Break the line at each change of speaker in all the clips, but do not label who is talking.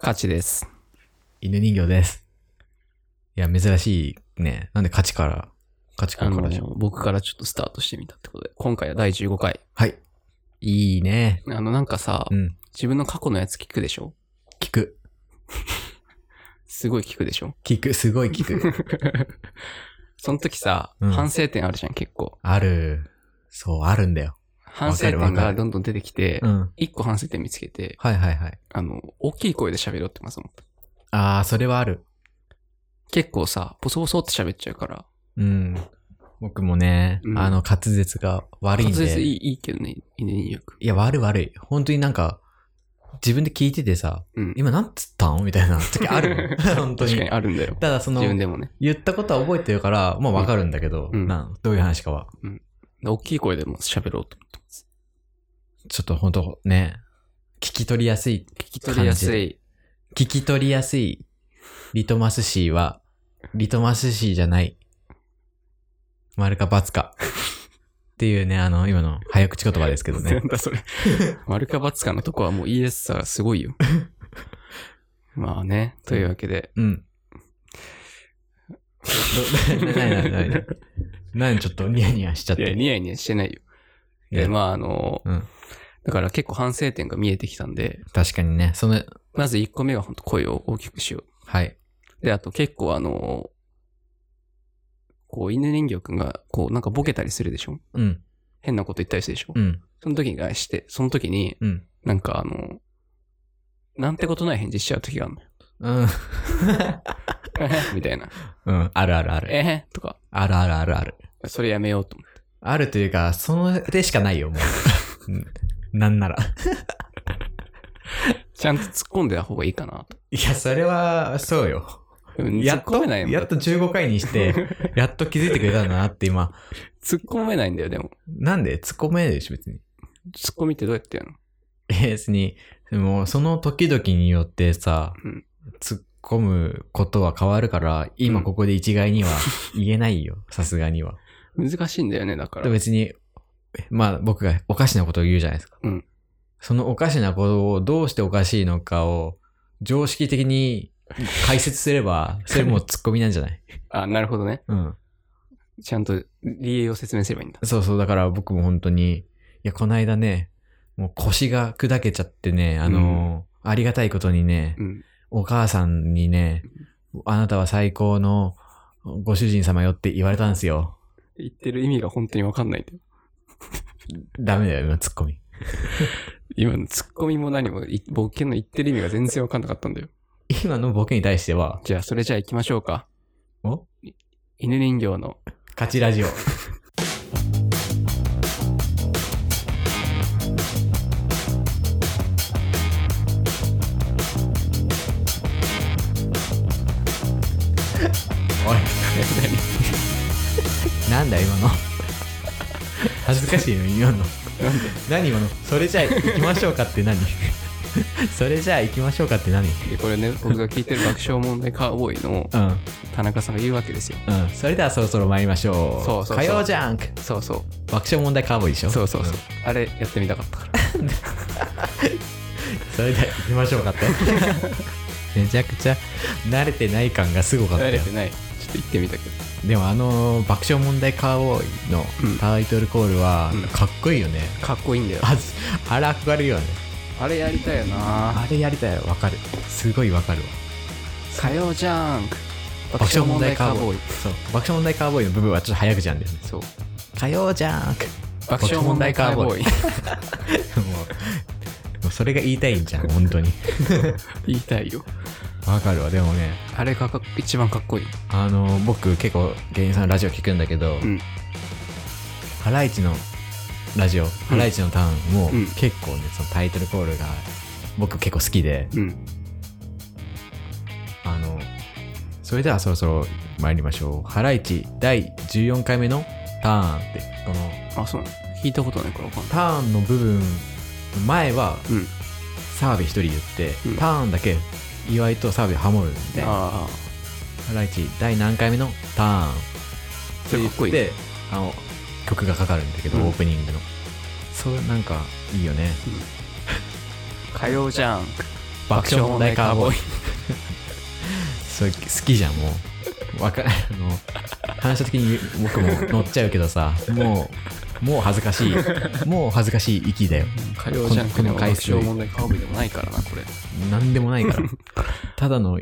勝ちです。
犬人形です。いや、珍しいね。なんで価値から、価値か
あ
らか
の
らでしょ。
僕からちょっとスタートしてみたってことで、今回は第15回。
はい。いいね。
あの、なんかさ、
うん。
自分の過去のやつ聞くでしょ
聞く。
すごい聞くでしょ
聞く。すごい 聞く。
その時さ、
うん
反省点あるじゃん、結構。
ある。そう、あるんだよ。
反省
わか
点
るわか
が
る
どんどん出てきて、
ん。
一個反省点見つけて、
はいはいはい。
あの、大きい声で喋ろうってまず思った。
あー、それはある。
結構さ、ボソボソって喋っちゃうから、
うん。僕もね、
うん
あの、滑舌が悪いん
滑
で。
舌いいいいけどね、犬によく。
いや、悪い悪い。本当になんか、自分で聞いててさ、
うん。
今なんつったんみたいな時ある の。本当
確かに
に。
あるんだよ。
ただその
自、分でもね。
言ったことは覚えてるから、まあわかるんだけど、
うん
なんどういう話かは。
大きい声でも喋ろうと思ってます。
ちょっと本当ね、聞き取りやすい、
聞き取りやす
感
い。
聞き取りやすい、リトマスーは、リトマスーじゃない、丸か×か。っていうね、あの、今の早口言葉ですけど
な
ね
ん。だそれ。丸か×かのとこはもう ES さがすごい よ。まあね、というわけで。
うん。どななななな何ちょっとニヤニヤしちゃっ
いや、
て。
ニヤニヤしてないよ。
いや
で、まああの、
うん。
だから結構反省点が見えてきたんで、
確かにね、その、
まず1個目は本当声を大きくしよ
はい。
う。で、あと結構あの、こう犬人形くんが、こうなんかボケたりするでしょ
うん。
変なこと言ったりするでしょ、
うん。
その時に返して、その時に、
うん。
なんかあの、なんてことない返事しちゃう時 があるのよ。
うん。
えへみたいな。
うん。あるあるある。
えへとか、
あるあるあるある。
それやめようと思って。
あるというか、そのでしかないよ、も う。うんなんなら。
ちゃんと突っ込んでた方がいいかなと。
いや、それは、そうよ。
でも
や
突っ
っと
込めないもん。
やっと15回にして、 やっと気づいてくれたんだなって今。
突っ込めないんだよ、でも。
なんで突っ込めないでしょ、別に。
突っ込みってどうやってやるの
別に、でもその時々によってさ、
うん
突っ込むことは変わるから、今ここで一概には言えないよ、さすがには。
難しいんだよね、だか
で
ら。
別に、まあ僕がおかしなことを言うじゃないですか。
うん
そのおかしなことをどうしておかしいのかを常識 的に解説すれば、それもう突っ込みなんじゃない
あ、なるほどね。
うん。
ちゃんと理由を説明すればいいんだ。
そうそう、だから僕も本当に、いや、この間ね、もう腰が砕けちゃってね、あのーありがたいことにね、
うん。
お母さんにね、あなたは最高のご主人様よって言われたんですよ。
言ってる意味が本当にわかんないんだよ。
ダメだよ、今、ツッコミ。
今の突っ込みも何も、いボケの言ってる意味が全然わかんなかったんだよ。
今のボケに対しては、
じゃあ、それじゃあ行きましょうか。
お
犬人形の
勝ちラジオ。おい、なんだ今の。恥ずかしいの、今
なん
の。
で
何今のそれじゃあ行きましょうかっ て何それじゃあ行きましょうかって何う
でこ れね、僕が聞いてる爆笑問題カーボーイの
ん
田中さんが言うわけですよ。
うんそれではそろそろ参りましょう
そうそうそう
火曜ジャンク
そうそう。
爆笑問題カーボーイでしょ
そうそうそう。あれやってみたかったから。
うんそれでは行きましょうかってめちゃくちゃ慣れてない感がすごかった
慣れ
よ
てない。ちょっと行ってみたけど。
でもあのー爆笑問題カーボーイの
うん
タイトルコールは
うん
かっこいいよね、
かっこいいんだよ。
ああれ憧れるよね
あれやりたいよな
あれやりたいわかるすごいわかるわ
火曜ジャンク
爆笑問題カーボー
イ
イそう爆笑問題カーボーイの部分はちょっと早口なんだよね
そう
火曜ジャンク
爆笑問題カーボーイ
もうもうそれが言いたいんじゃん本当に
言いたいよ
わかるわでもね
あれがかっ一番かっこいい
あの僕結構芸人さんのラジオ聞くんだけど、
うん
ハライチのラジオ、ハライチのターンも
うん
結構ねそのタイトルコールが僕結構好きで、
うん
あのそれではそろそろ参りましょうハライチ第14回目のターンってこの
あそうなの聞いたことないからわかんない
ターンの部分前は
うん
澤部一人言って、
うん
ターンだけ岩井と澤部ハモるみたいな
ああ
ハライチ第何回目のターン
それかっこいい
であの曲がかかるんだけど、
うん
オープニングのそうなんかいいよね
火曜ジャンク
爆笑問題カーボーイ
イ。
そう好きじゃんもうわか あの反射的に僕も乗っちゃうけどさもうもう恥ずかしいもう恥ずかしい息だよ
火曜ジャンクでも
この
爆
回数
笑問題カーボーイでもないからな、これ。
何でもな いからただの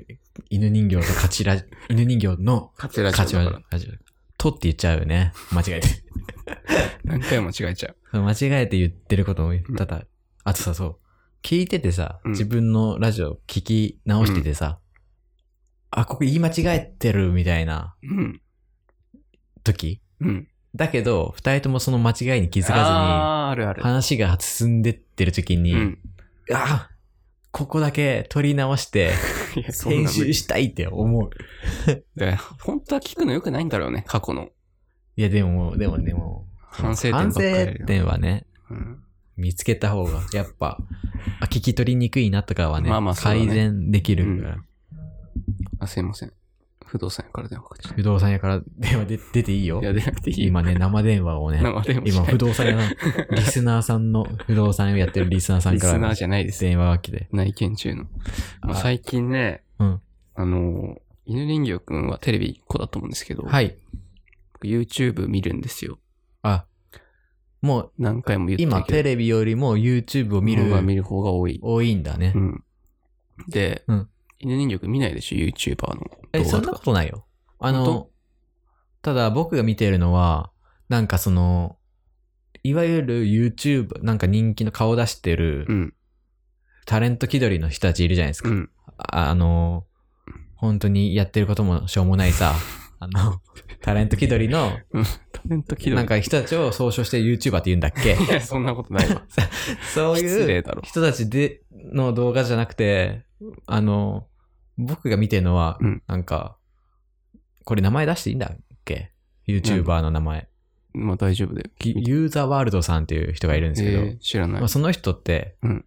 犬人形とカチラ犬人形の
カツラジ
カ
オ
チ
だから
ラ。とって言っちゃうよね間違えて
何回も間違えちゃう。
間違えて言ってることも多々あとさそう聞いててさ、
うん
自分のラジオ聞き直しててさ、あここ言い間違えてるみたいな
うん。
時
うん。
だけど、二人ともその間違いに気づ
あ
か
ーあるあ
ず
る
に、。話が進んでってる時に、
うん。
あここだけ取り直して、
いや、 そん
編
な無
集
理。
したいって思う。
で本当は聞くの良くないんだろうね、過去の。
いや、でも、でも、でも、
反省点ばっ
反
か
省
りだよ
点はね、
うん。
見つけた方が、やっぱ、あ聞き取りにくいなとかはね、
まあまあそうだね
改善できるから、
あ、すいません。不動産屋から電話かかっちゃっ
不動産屋から電話で出ていいよ
た。い。や、出なくていいよ。
今ね、生電話をね、
生電話し
今、
ない
不動産 屋の、リスナーさんの、不動産をやってるリスナーさん
リ
から
スナ
の
ーじゃないです。
電話が来て、
内見中の。もう
あ
最近ね、
うん
あの、犬人形くんはテレビっ子だと思うんですけど、
はい、
僕 YouTube 見るんですよ。
あ、もう
何回も言ってるけど
今テレビよりも YouTube を見る
方が見る方が多い。
多いんだね
う。ん。で、
うん
犬人形くん見ないでしょ、YouTuber の
え、
動
そ
画
ん
と
なこ
か。
とないよ。あ
本
の、ただ僕が見てるのは、なんかその、いわゆる YouTube、なんか人気の顔出してる
うん。
タレント気取りの人たちいるじゃないですか。
うん。
ああの、本当にやってることもしょうもない さ、あの、タレント気取りの、
タレント気取り
なんか人たちを総称して YouTuber って言うんだっ け
いや、そんなことないわ。
そう
失
いう
礼だろ。
人たちでの動画じゃなくて、あの、僕が見てるのは、
うん
なんか、これ名前出していいんだっけ ?YouTuber の名前。
まあ大丈夫だよ。
ぎユーザーワールドさんっていう人がいるんですけど、
えー知らない
まあ、。その人って、
うん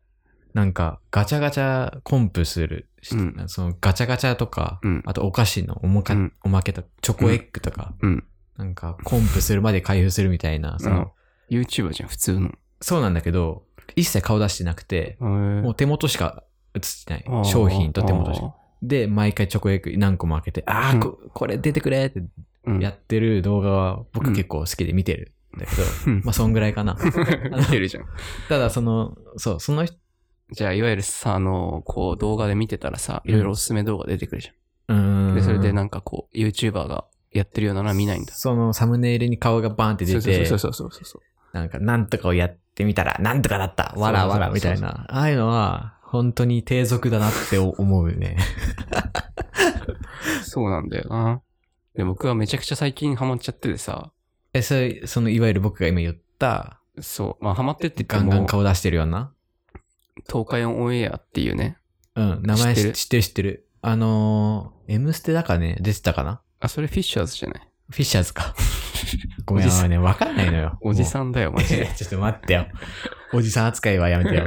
なんかガチャガチャコンプする、し
うん
そのガチャガチャとか、
うん
あとお菓子のおもか、
うん
おまけとか、チョコエッグとか、
うん。
なんかコンプするまで開封するみたいな、その、
YouTuber じゃん、普通の。
そうなんだけど、一切顔出してなくて、もう手元しか映ってない
あ。ー
商品と手元し
あ
か
ー。
で、毎回チョコエッグ何個も開けて、あ
う
あ、
ん
ここれ出てくれって
うん
やってる動画は
う
僕
ん
結構好きで見てるんだけど、
うん
まあそんぐらい かな。
見てるじゃん。
ただその、そう、その人、
じゃあ、いわゆるさ、あの、こう、動画で見てたらさ、いろいろおすすめ動画出てくるじ
う
ゃ
ー
ん。
ん。
で、それでなんかこう、YouTuber がやってるようなのは見ないんだ。
そのサムネイルに顔がバーンって
そ
出
うそう
て
そう、そうそうそう。
なんかなんとかをやってみたら、なんとかだった
そう
わらわら
そう
みたい
そう
な。ああいうのは、本当に低俗だなって思うね。
そうなんだよな。で、僕はめちゃくちゃ最近ハマっちゃっててさ、
え、それ、その、いわゆる僕が今言った、
そう、まあハマってって言
ガ
って
ンガン
も、
顔出してるような。
東海オンエアっていうね。
うん、名
知っ
前知ってて
る
る知ってる知ってる。あのー、M ステだかね、出てたかな
あ、それフィッシャーズじゃない
フィッシャー ズか。ごめ
お
ん、
じさん
あのね、わかんないのよ。
おじ
ん。
さんだよ、マジで。
ちょっと待ってよ。おじさん扱いはやめて よ。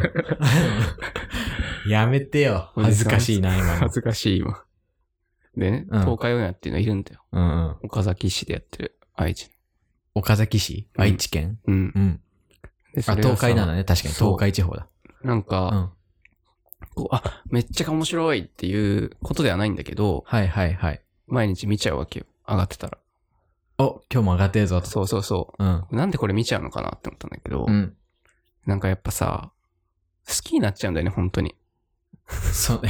やめてよ。
おじ
恥
さ
ず
ん
かしいな、今の
恥。ずかしいわ。でね、
うん
東海オンエアっていうのいるんだよ。
うんうん。
岡崎市でやってる、愛知
岡崎市
うん
愛知県
の。うん。
うん。
で
あ、東海なの
ね。
ね。確かに。
そう
東海地方だ。
なん
う
か、
ん。
こう、あ、めっちゃ面白いっていうことではないんだけど、
はいはいはい。
毎日見ちゃうわけよ。上がってたら。
お、今日も上がってるぞと。
そうそうそ
うん。
う。なんでこれ見ちゃうのかなって思ったんだけど、
うん。
なんかやっぱさ、好きになっちゃうんだよね、本当に。
そう、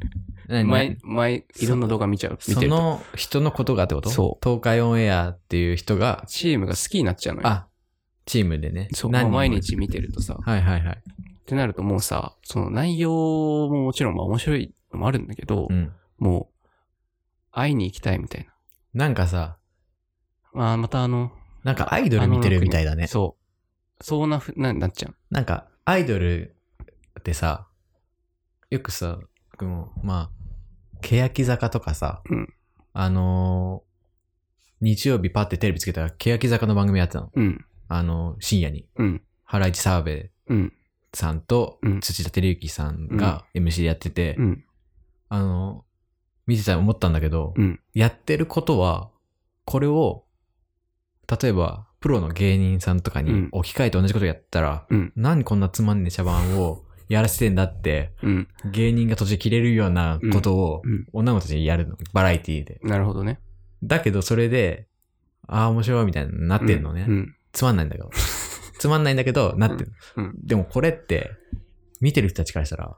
何
毎、毎、いろんな動画見ちゃう。見
そ
てると。
の人のことがってこと
そ
東海オンエアっていう人が、
チームが好きになっちゃうのよ。
あ、チームでね。
そう、
何
も
人
う
も
毎。日見てるとさ。
はいはいはい。
ってなるともうさ、その内容ももちろんまあ面白いのもあるんだけど、
うん。
もう、会いに行きたいみたいな。
なんかさ、
まあ、またあの、
なんかアイドル見てるみたいだね。
そう。そうなふ、な、なっちゃう。
なんかアイドルってさ、よくさ、僕も、まあ、欅坂とかさ、
うん
あのー日曜日パってテレビつけたら、欅坂の番組やってたの。
うん。
あのー深夜に。
うん。
ハライチ澤部
うん。
さんと
うん
土田照之さんが MC でやってて、
うん。
あの、見てたら思ったんだけど、
うん
やってることは、これを、例えば、プロの芸人さんとか
う
に
ん
置き換えて同じことやったら、
うん
何こんなつまんねえ茶番を やらせてんだって、
うん。
芸人が途中切れるようなことを
うんうん、
女の子たちにやるの。バラエティで。
なるほどね。
だけど、それで、ああ、面白いみたいになってんのね。
うん。
つまんないんだ けど。つまんないんだけど、なってんの。
うんうん
でもこれって、見てる人たちからしたら、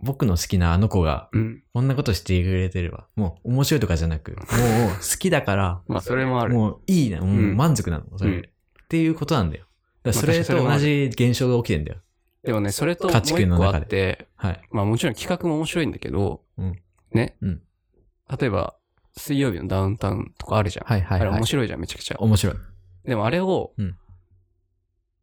僕の好きなあの子が、
うん。
こんなことしてくれてれば、もう面白いとかじゃなく、もう好きだから、
まあ、それもある。
もういいな、もううん満足なの、それ。
うん
っていうことなんだよ。だからそ
ま
れ
あ確か
と
にそれは
同
あ
じ現象が起きてんだよ。
でもね、それともう
家畜
一
の
個あ
中で
って、
はい。
まあもちろん企画も面白いんだけど、
うん
ね、
うん
例えば、水曜日のダウンタウンとかあるじゃん。
はいはいはい。
あれ面白いじゃん、めちゃくちゃ。
面白い。
でもあれを、
うん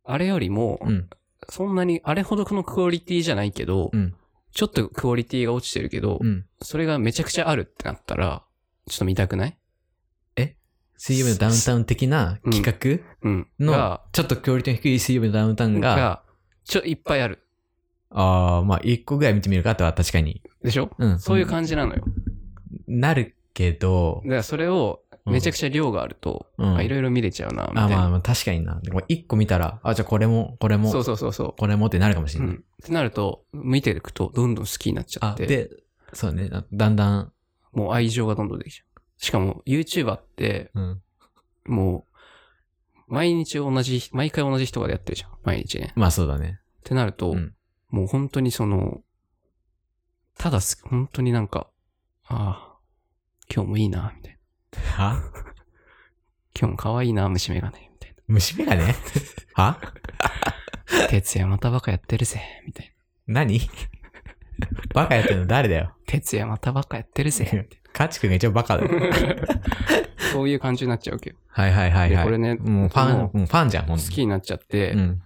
あれよりも、
うん。
そんなに、あれほどこのクオリティじゃないけど、
うん。
ちょっとクオリティが落ちてるけど、
うん。
それがめちゃくちゃあるってなったら、ちょっと見たくない
水曜日のダウンタウン的な企画
うん。
の
が、、
ちょっとクオリティの低い水曜日のダウンタウンが、
が、ちょ、いっぱいある。
ああ、まあ、一個ぐらい見てみるかとは確かに。
でしょ
うん。
そういう感じなのよ。
なるけど
だ、からそれを、
うん
めちゃくちゃ量があると、
うん
あいろいろ見れちゃうな、みた
あ
い
まあ
な。
まあ確かにな。でも一個見たら、あ、じゃあこれも、これも、
そうそうそうそう。
これもってなるかもしれ
う
ない。
ん。ってなると、見ていくと、どんどん好きになっちゃ
あ、
って、
で、そうね、あだんだん、
もう愛情がどんどんできちゃう。しかも、YouTuber って、
うん。
もう、毎日同じ、毎回同じ人がやってるじゃん。毎日ね。
まあそうだね。
ってなると、
うん
もう本当にその、ただす、本当になんか、ああ、今日もいいな、みたいな。
は
今日も可愛いな、虫眼鏡、みたい
虫眼鏡は
な。哲也またバカやってるぜ、みたいな。
何バカやってるの誰だよ。
哲也またバカやってるぜ、みたい
カチ君が一応バカだよ。
な。そういう感じになっちゃうわけど。
はいはいはいはい。
でこれね
もうファン、
も
もうファンじゃん、ほん
好
とに。
きになっちゃって、
うん。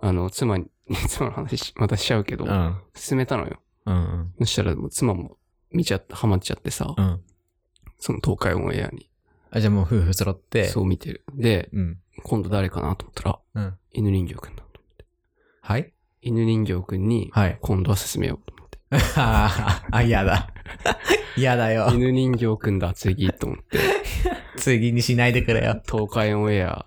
あの、妻に、 妻の話し、またしちゃうけど、
うん。
勧めたのよ。
うん。
そしたら、もう妻も見ちゃって、ハマっちゃってさ、
うん。
その東海オンエアに。
あ、じゃあもう夫婦揃って、。
そうう見てる。で、
うん。
今度誰かなと思ったら、
うん。
犬人形くんだと。
はい
犬人形くんに、
はい。
今度は勧めようと思って。
あーあ、嫌だ。 嫌だよ。
犬人形くんだ、次、と思って。
次にしないでくれよ。
東海オンエア。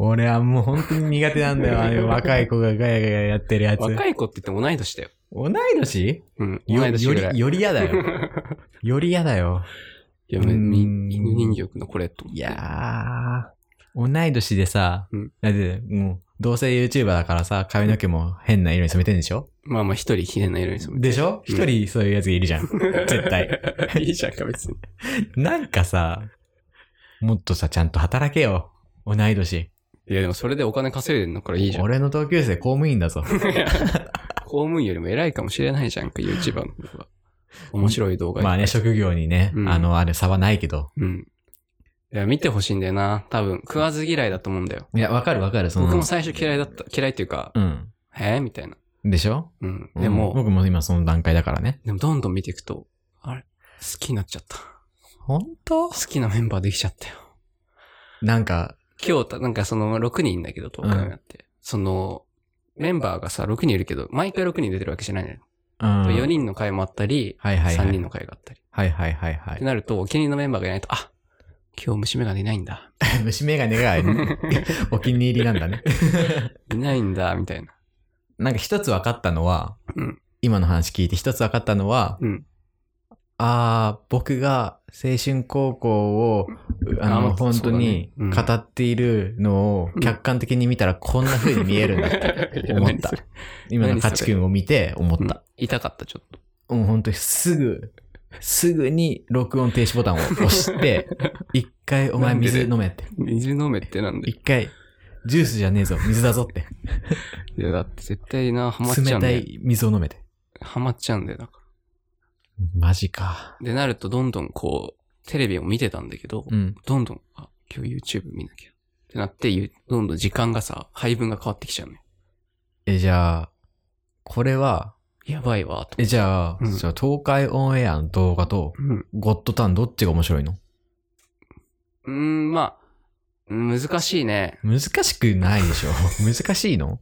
俺はもう本当に苦手なんだよ。あの若い子がガヤガヤやってるやつ。
若い子って言って同い年だよ。
同い年
うん。
よ
同い年
よ
ぐらい。
り、
い
より嫌 だよ。より嫌だよ。
や、め
うん
み犬人形くんのこれ、と思っ
い
て。
やー、同い年でさ、
うん
だってもう、どうせ YouTuber だからさ、髪の毛も変な色に染めてんでしょ
まあまあ、一人ひねない色にする。
でしょ
うん
一人そういうやつがい るじゃん。絶対。
対。 いいじゃんか、別に。
なんかさ、もっとさ、ちゃんと働けよ。同い年。
いや、でもそれでお金稼いでんのからいいじゃん。
俺の同級生公務員だぞ。
公務員よりも偉いかもしれないじゃんか、YouTuber の方が。面白い動画。
まあね、職業にね、
うん
あの、あれ差はないけど。
うん。いや、見てほしいんだよな。多分、食わず嫌いだと思うんだよ。
いや、わかるわかる、その。
僕も最初嫌いだった、嫌いっていうか、
うん。
えーみたいな。
でしょ
うん。
うん
でも、
僕も今その段階だからね。
でもどんどん見ていくと、あれ、好きになっちゃった。
本当
好きなメンバーできちゃったよ。
なんか、
今日た、なんかその6人だけど、東海やって。その、メンバーがさ、6人いるけど、毎回6人出てるわけじゃないのよ。
うん。
4人の回もあったり、
はいはいはい。
3人の回があったり。
はいはいはいは
ってなると、お気に入りのメンバーがいないと、あ今日虫眼鏡いないんだ。
い。虫眼鏡が お気に入りなんだね。
い ないんだ、みたい な。
なんか一つ分かったのは、
うん
今の話聞いて一つ分かったのは、
うん。
ああ、僕が青春高校を、あ
あ
の、
まあ
本当に
そうだねうん
語っているのを
うん
客観的に見たらこんな風に 見えるんだって 思った。今のカチ君を見て思っ
うん
た。
痛かった、ちょっと。
もう本当にすぐ、すぐに録音停止ボタンを押 して、一回お前水飲めって。
水飲めってなんで。
一回、ジュースじゃねえ ぞ、水だぞって。
いや、だって絶対な、ハマっちゃう
冷
ん
た
だよ。
い水を飲めて。
ハマっちゃうんだよ、だか
マジか。
ら。で、なるとどんどんこう、テレビを見てたんだけど、
うん。
どんどん、あ、今日 YouTube 見なきゃ。ってなって、ゆどんどん時間がさ、配分が変わってきちゃうね。
え、じゃあ、これは、
やばいわ、と
え、。じゃあ、
うん
じゃあ東海オンエアの動画と、
うん。
ゴッドタンどっちが面白いの
うーん、まあ、うん難しいね。
難しくないで しょ難しいの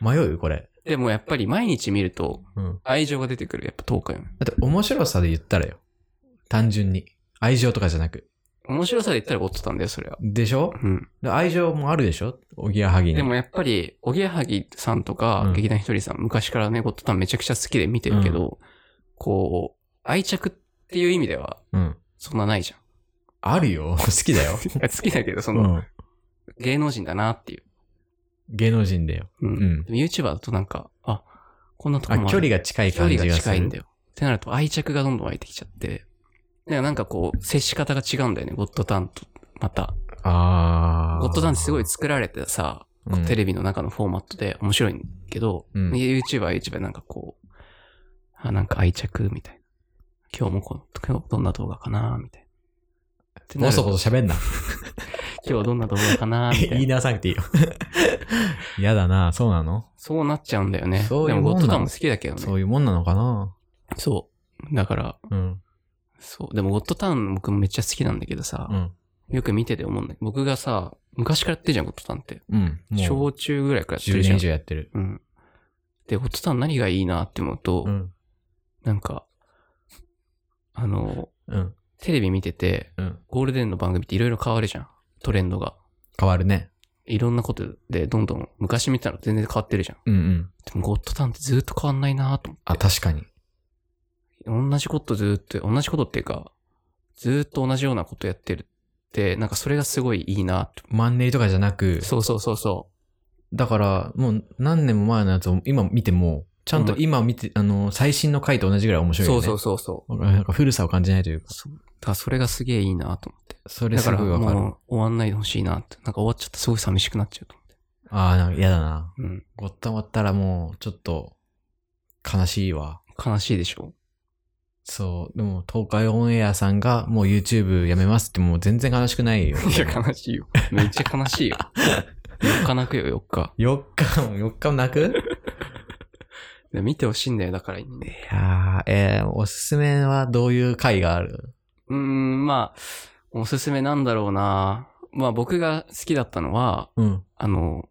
迷うこれ。
でもやっぱり毎日見ると、
うん。
愛情が出てくる。やっぱ10日よ。
だって面白さで言ったらよ。単純に。愛情とかじゃなく。
面白さで言ったら劣ってたんだよ、それは。
でしょ
うん。
で愛情もあるでしょおぎやはぎに。
でもやっぱり、おぎやはぎさんとか、
うん
劇団ひとりさん、昔からね、ゴッドタンめちゃくちゃ好きで見てるけど、こう、愛着っていう意味では、
うん。
そんなないじゃん。
あるよ。好きだよ。
いや好きだけ ど、その、
うん。
芸能人だなっていう。
芸能人だよ。
う。
うんん。
でも YouTuber だとなんか、あ、こんなとこ
あ、
もある
距離が近い
距
感じ
離
がす
が
る。
近いんだよ。ってなると愛着がどんどん湧いてきちゃって。だからなんかこう、接し方が違うんだよね、ゴッドタンと。また。
あー。
ゴッドタンってすごい作られてさ、こう
うん
テレビの中のフォーマットで面白いんけど、
うん
YouTuber は YouTuber でなんかこう、あ、なんか愛着みたいな。今日もこの、今日どんな動画かなみたいな。ってな
こ
る
そこそ喋んな。
今日どんな動画か なみたいな
言。いなさなくてい いよ。嫌だな。そうなの
そうなっちゃうんだよね。
そうい
で
うもんな
も
の
ゴッドタンも好きだけど
そ
ね。
ういうもんなのかな
そう。だから、
うん。
そう。でもゴッドタン僕めっちゃ好きなんだけどさ
う、ん。
よく見てて思うんだけど、僕がさ、昔からやってるじゃん、ゴッドタンって。
うん。もう、
小中ぐらいからやって
10
るじゃ
年
ん。
以上やってる。
うん。で、ゴッドタン何がいいなって思うと、
うん。
なんか、あの、
うん。
テレビ見てて、
うん。
ゴールデンの番組っていろいろ変わるじゃん。トレンドが。
変わるね。
いろんなことでどんどん昔見てたの全然変わってるじゃん。
うんうん。
でもゴッドタンってずっと変わんないなと思
あ、確かに。
って。同じことずっと、同じことっていうか、ずっと同じようなことやってるって、なんかそれがすごいいいなと。
マンネリとかじゃなく、
そうそうそうそ
だから、もう何年も前のやつを今見ても、ちゃんと今見て、あの、最新の回と同じぐらい面
う。
白いよ
そ
ね。
うそうそうそう。
なんか古さを感じないというか、
そうだからそれがすげえいいなと思って。
それ
だ
す
から
ごいわかる。
もう終わんないでほしいなって。なんか終わっちゃってすごい寂しくなっちゃうと思って。
ああ、なんか嫌だな。
うん。
ごったまったらもう、ちょっと、悲しいわ。
悲しいでしょ
そう。でも、東海オンエアさんが、もう YouTube やめますって、もう全然悲しくないよ。
いや、悲しいよ。めっちゃ悲しい よ。4日泣くよ、4日。
4日も、4日も泣く
で見てほしいんだよ、だから。う
いやー、えー、おすすめはどういう回がある
ーん、まあ、おすすめなんだろうな。まあ僕が好きだったのは、
うん。
あの、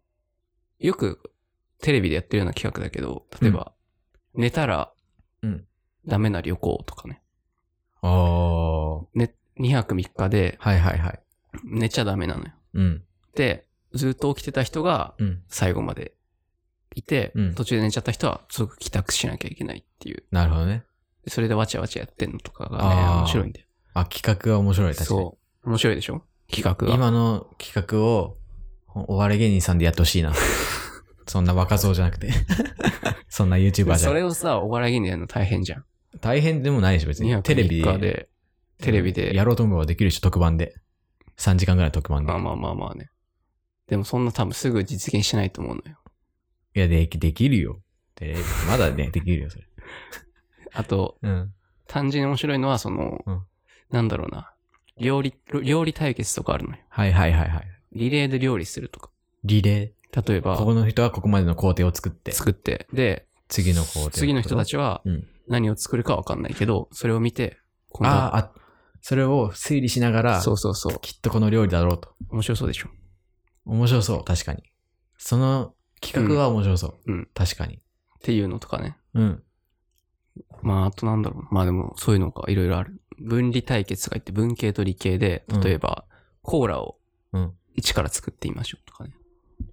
よくテレビでやってるような企画だけど、例えば、寝たら
うん、
ダメな旅行とかね。
ああ、は
ね、2泊3日で
いはいはい。
寝ちゃダメなのよ。
うん、
で、ずっと起きてた人が
うん。
最後までいて、
うん
途中で寝ちゃった人は即帰宅しなきゃいけないっていう。
なるほどね。
でそれでわちゃわちゃやってんのとかがね、
あー
面白いんだよ。
あ、企画が面白い、確かに。
そう。面白いでしょ企画が。
今の企画を、お笑い芸人さんでやってほ しいな。そんな若造じゃなくて。 そんな YouTuber じゃ
そ
な
れ
く
をさ、お笑い芸人やるの大変じゃん。
て。大変でもないでしょ、別
2
に。テレビ
で。で、テレビで。
やろうと思えばできるでしょ、特番で。3時間ぐらいの特番で
まあ。まあまあまあね。でもそんな多分すぐ実現しないと思うのよ。
いや、でき、できるよ。テレビ。ま だね、できるよ、それ。
あと、
うん。
単純に面白いのは、その、
うん
なんだろうな。料理、料理対決とかあるのよ。
はいはいはいはい。
リレーで料理するとか。
リレ
例え
ー。こ
ば、
この人はここまでの工程を作って、
作って、で、
次の工程。
次の人た。ちは
うん。
何を作るかわかんないけど、それを見て、今度
あ
は
ーあ、それを推理しながら、
そうそうそう。
きっとこの料理だろうと。
面白そうでしょ。
面白そう、確かに。その企画は面白そ
う
う。
んうん
確かに。
っていうのとかね。
うん。
まあ、あとなんだろうな。まあでも、そういうのがいろいろある。分離対決とか言って、文系と理系で、
うん
例えば、コーラを
うん。
一から作ってみましょうとかね。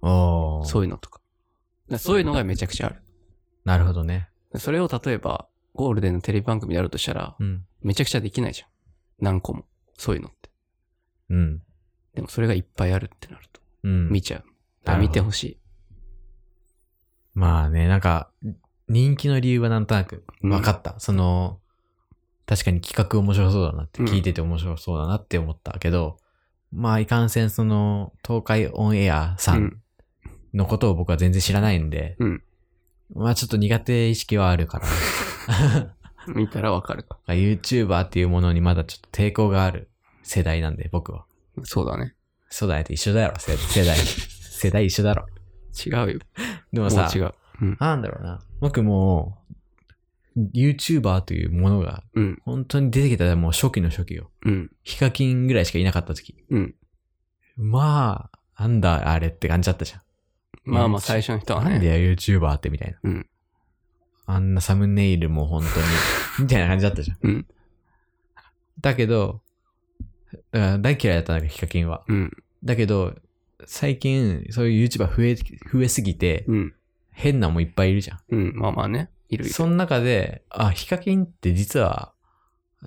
おー
そういうのとか。だからそういうのがめちゃくちゃある。
なるほどね。
それを例えば、ゴールデンのテレビ番組でやるとしたら、
うん。
めちゃくちゃできないじゃん。何個も。そういうのって。
うん。
でもそれがいっぱいあるってなると。
うん。
見ちゃう。
なるほど
見てほしい。
まあね、なんか、人気の理由はなんとなく
うん
分かった。その、確かに企画面白そうだなって、
うん
聞いてて面白そうだなって思ったけど、まあいかんせんその、東海オンエアさ
うんん。
のことを僕は全然知らないんで、
うん
まあちょっと苦手意識はあ るから。
見たらわかるか。
YouTuber っていうものにまだちょっと抵抗がある世代なんで、僕は。
そうだね。
そうだよ、一緒だろ、世世代。世代一緒だろ。
違うよ。も
でも
う
さ、
違う。うん。
なんだろうな。僕もう、YouTuber というものが、
うん。
本当に出てきたらもう初期の初期よ。
うん。
ヒカキンぐらいしかいなかった時。
うん。
まあ、なんだあれって感じだったじゃ
まあまあ、最初の人は
ん。なんで
ね。
や YouTuber ってみたいな。
うん
あんなサムネイ ルも本当に、みたいな感じだったじゃん。
うん。
だけど、だから大嫌いだったんだけど、ヒカキンは。
うん。
だけど、最近、そういう YouTuber 増え、増えすぎて、
うん。
変なもんいっぱいいるじゃん。
うん。まあまあね。いるいる。
その中で、あ、ヒカキンって実は、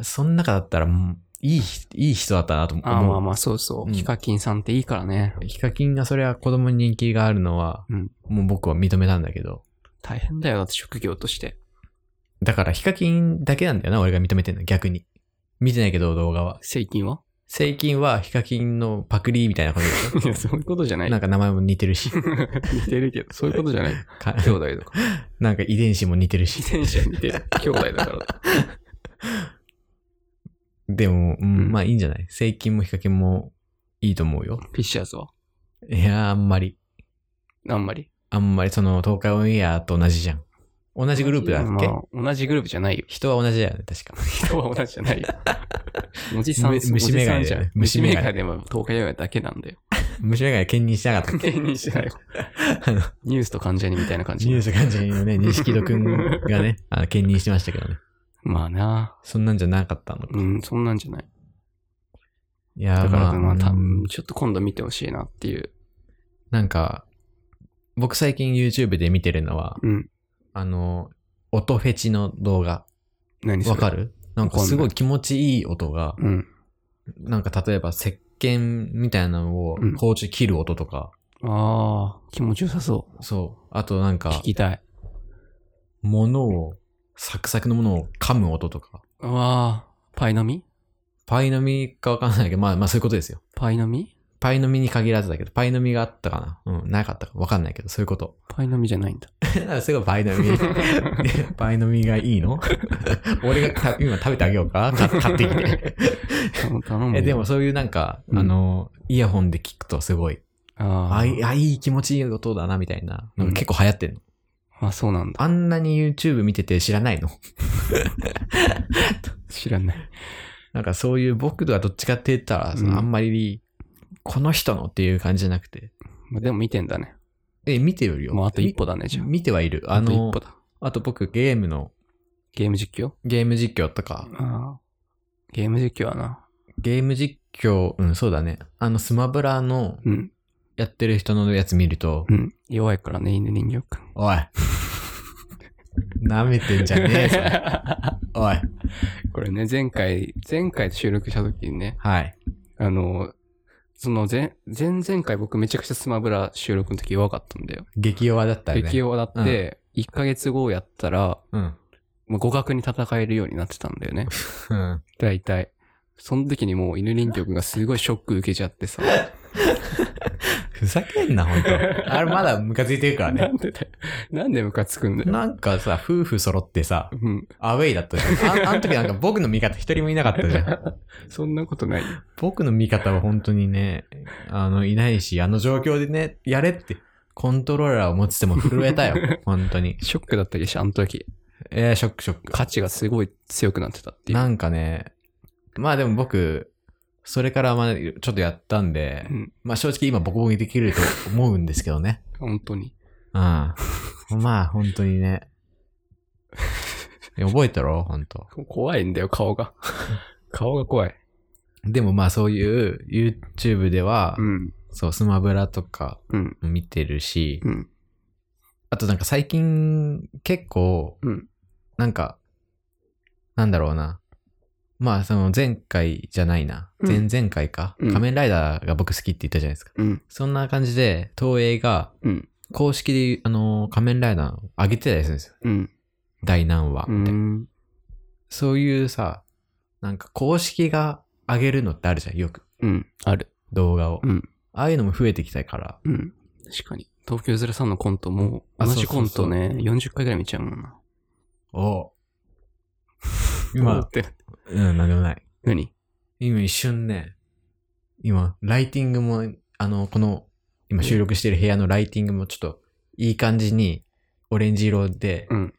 その中だったらもう、いいひ、いい人だったなと思う。
ああまあまあ、そうそうう。
ん
ヒカキンさんっていいからね。
ヒカキンがそれは子供に人気があるのは、
うん
もう僕は認めたんだけど。
大変だよ。だって職業として。
だからヒカキンだけなんだよな、俺が認めてんの、逆に。見てないけど、動画は。
最近は
最近はヒカキンのパクリみたいなこと だ
いや、そういうことじゃな
よ。
い。
なんか名前も似て るし、
似てるけど、そういうことじ ゃない。
か
兄弟とか。
なんか遺伝子も似てる
自
し。
転車似て る。兄弟だから。
でも、うん
うん
まあいいんじゃない最近もヒカキンもいいと思うよ。
フィッシャーズはい
やー、あんまり。
あんまり。
あんまりその東海オンエアと同じじゃん。同じグループだっけ、
まあ同じグループじゃないよ。
人は同じだよね、確か。
人は同じじゃないよ。おじさん、
む虫眼鏡
おじさんじゃん。
虫
虫
眼
メ
鏡
ーカーでも東海オンエアだけなん だよ。
虫眼鏡兼任してなかったっけ
芸人しないよ。
あの、
ニュースと関ジャニみたいな感
ニュー
じ。
ス感じのね、西木戸くんが ね、あの兼任してましたけどね。
まあな。
そんなんじゃなかったのか。
うん、そんなんじゃない。
いやー
だから、
ま
ま
あ
あ、た
うん
ちょっと今度見てほしいなっていう。
なんか、僕最近 YouTube で見てるのは、
うん。
あの、音フェチの動画。
何それ
わかるなんかすごい気持ちいい音が、
うん。
なんか例えば石鹸みたいなのを
うん
包丁切る音とか、
ああ、気持ちよさそ
そう。あとなん
う。聞
か、
きたい。
物を、サクサクのものを噛む音とか。
うわあ、パイ飲み
パイの実かわかんないけど、まあまあそういうことですよ。
パイ飲み
パイの実に限らずだけど、パイの実があったかなうん、なかったかわかんないけど、そういうこと。
パイ飲みじゃないんだ。
あすごいパイの実。 パイの実がいいの 俺がた今食べてあげようかか買ってきて。
頼むよ。
え、でもそういうなんか、
うん
あの、イヤホンで聞くとすごい、
あ
あ
あ、
いあ、いい気持ちいい音だな、みたいなのが結構流行ってるの。
あ、そうなんだ。
あんなに YouTube 見てて知らないの
知らない。
なんかそういう僕とはどっちかって言ったら、その
うん
あんまり、この人のっていう感じじゃなくて、
まあ、でも見てんだね。
え、見てるよ。
もうあと一歩だね、じゃ
み見てはいる。
あ。
あ
あと一
の
歩、だ。
あと僕ゲームの、
ゲーム実況
ゲーム実況とか、
ああ。ゲーム実況はな。
ゲーム実況、うん、そうだね。あの、スマブラの
うん。
やってる人のやつ見ると、
うん。弱いからね、犬人形くん。
おい、舐めてんじゃねえぞ。おい、
これね、前回、前回収録した時にね、
はい。
あの、その前、前々回僕めちゃくちゃスマブラ収録の時弱かったんだよ。
激弱だったよね。
適応だって、1ヶ月後やったら、
うん。
もう互角に戦えるようになってたんだよね。
うん。
大体。その時にもう犬人形くんがすごいショック受けちゃってさ。
ふざけんな、ほんと。あれまだムカついてるから
な
ね。
んでだよ。なんでムカつくんだよ。
なんかさ、夫婦揃ってさ、
うん。
アウェイだったじゃん。ああの 時なんか僕の味方一人もいなかったじゃん。
そんなことないよ。
僕の味方は本当にね、あの、いないし、あの状況でね、やれって、コントローラーを持ってても震えたよ。本当に。
ショックだったりし、あの時。
えー、ショックショック。
価値がすごい強くなってたっていう。
なんかね、まあでも僕、それからまあちょっとやったんで、
うん。
まあ正直今ボコボコにできると思うんですけどね。
本当に。
うん。まあ本当にね。いや覚えてろ本当。
怖いんだよ、顔が。顔が怖い。
でもまあそういう YouTube では、
うん。
そう、スマブラとか
うん。
も見てるし、
うん。
あとなんか最近結構、
うん
なんか、なんだろうな。まあその前回じゃないな。
うん
前々回か、
うん
仮面ライダーが僕好きって言ったじゃないですか。
うん。
そんな感じで東映が
うん。
公式で、あのー仮面ライダーを上げてたりするんですよ。
うん。
第何話
う
みたいな。
ん。
そういうさ、なんか公式が上げるのってあるじゃん、よく。
うん。ある。
動画を。
うん
ああいうのも増えてきたから。
うん。確かに。東京ゼロさんのコントも、
あ
同
そうそう
じ
そう
コントね、40回ぐらい見ちゃうもんな。
おう
思
今
っ、て。
うん、なんでもない。
何
今一瞬ね、今、ライティングも、あの、この、今収録してる部屋のライティングもちょっと、いい感じに、オレンジ色で、
うん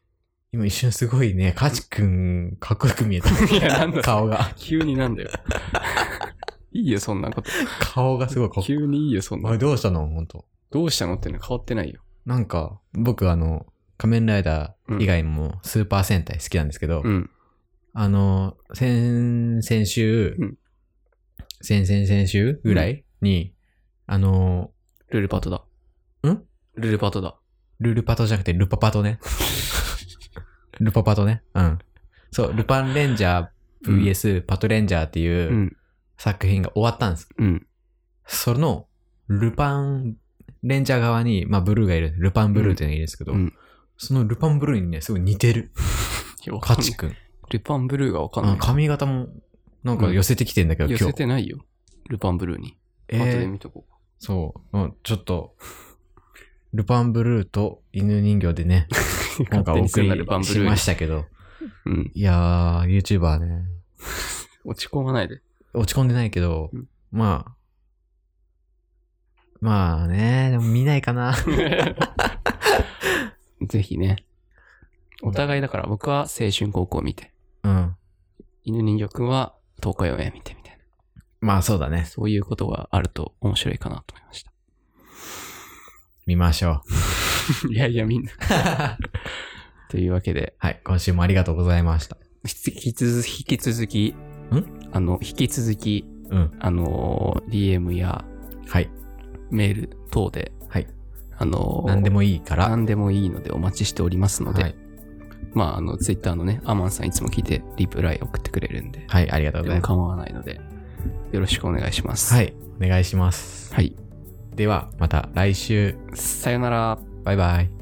今一瞬すごいね、カチくん、かっこよく見えた。
いやなんだ
顔が、
急になんだよ。 いいよ、そんなこと。
顔がすごいかっこいい。
急にいいよ、そん
お。
ない
どうしたの本当
どうしたのっていうのは変わってないよ。
なんか、僕あの、仮面ライダー以外もスーパー戦隊好きなんですけど、
うん。
あの、先、先週、
うん
先々先週ぐらいに、あの
ルルパトだ。
ん
ルルパトだ。
ー、ルルパトじゃなくてルパパ トね。ルパパトね。うん。そう、ルパンレンジャー VS パトレンジャーって
う。
いうん作品が終わったんです。
うん。
その、ルパンレンジャー側に、まあブルーがいる。ルパンブルーっていうのがいるんですけど、
うん。
そのルパンブルーにね、すごい似てる。
わか
カ
んない
チ君。
ルパンブルーがわかん
う
なん
髪型も、なんか寄せてきてんだけど、
い。寄
今
せ
日。
てないよ。ルパンブルーに。
えー
後で見とこ
そう。うん、ちょっと、ルパンブルーと犬人形 でね、
う。
なんかお
勝手
送
にすんなルパン
り
ブ
し
ルー
ま
に
したけど。
うん。
いやー、YouTuber ね、
落ち込まない で。
落ち込んでないけど、
うん
まあ、まあね、でも見ないかな。
ぜひね。お互いだから僕は青春高校見て、
うん。
犬人形くんは東海オンエア見てみたいな。
まあそうだね。
そういうことがあると面白いかなと思いま した。
見ましょう。
いやいやみんな。 というわけで、
はい、今週もありがとうございました。
引き続き、引き続き、あの、引き続き、
うん。
あのー、DM や
はい。
メール等で、
はい。
あのー、
何でもいいから。
何でもいいのでお待ちしておりますので、
はい。
まあ、あの、ツイッターのね、アマンさんいつも聞いて、リプライ送ってくれるんで、
はい、ありがとうご
で
ざ
も
います。
構わないので、よろしくお願いします。
はい、お願いします。
はい。
では、また来週。
さよなら。
バイバイ。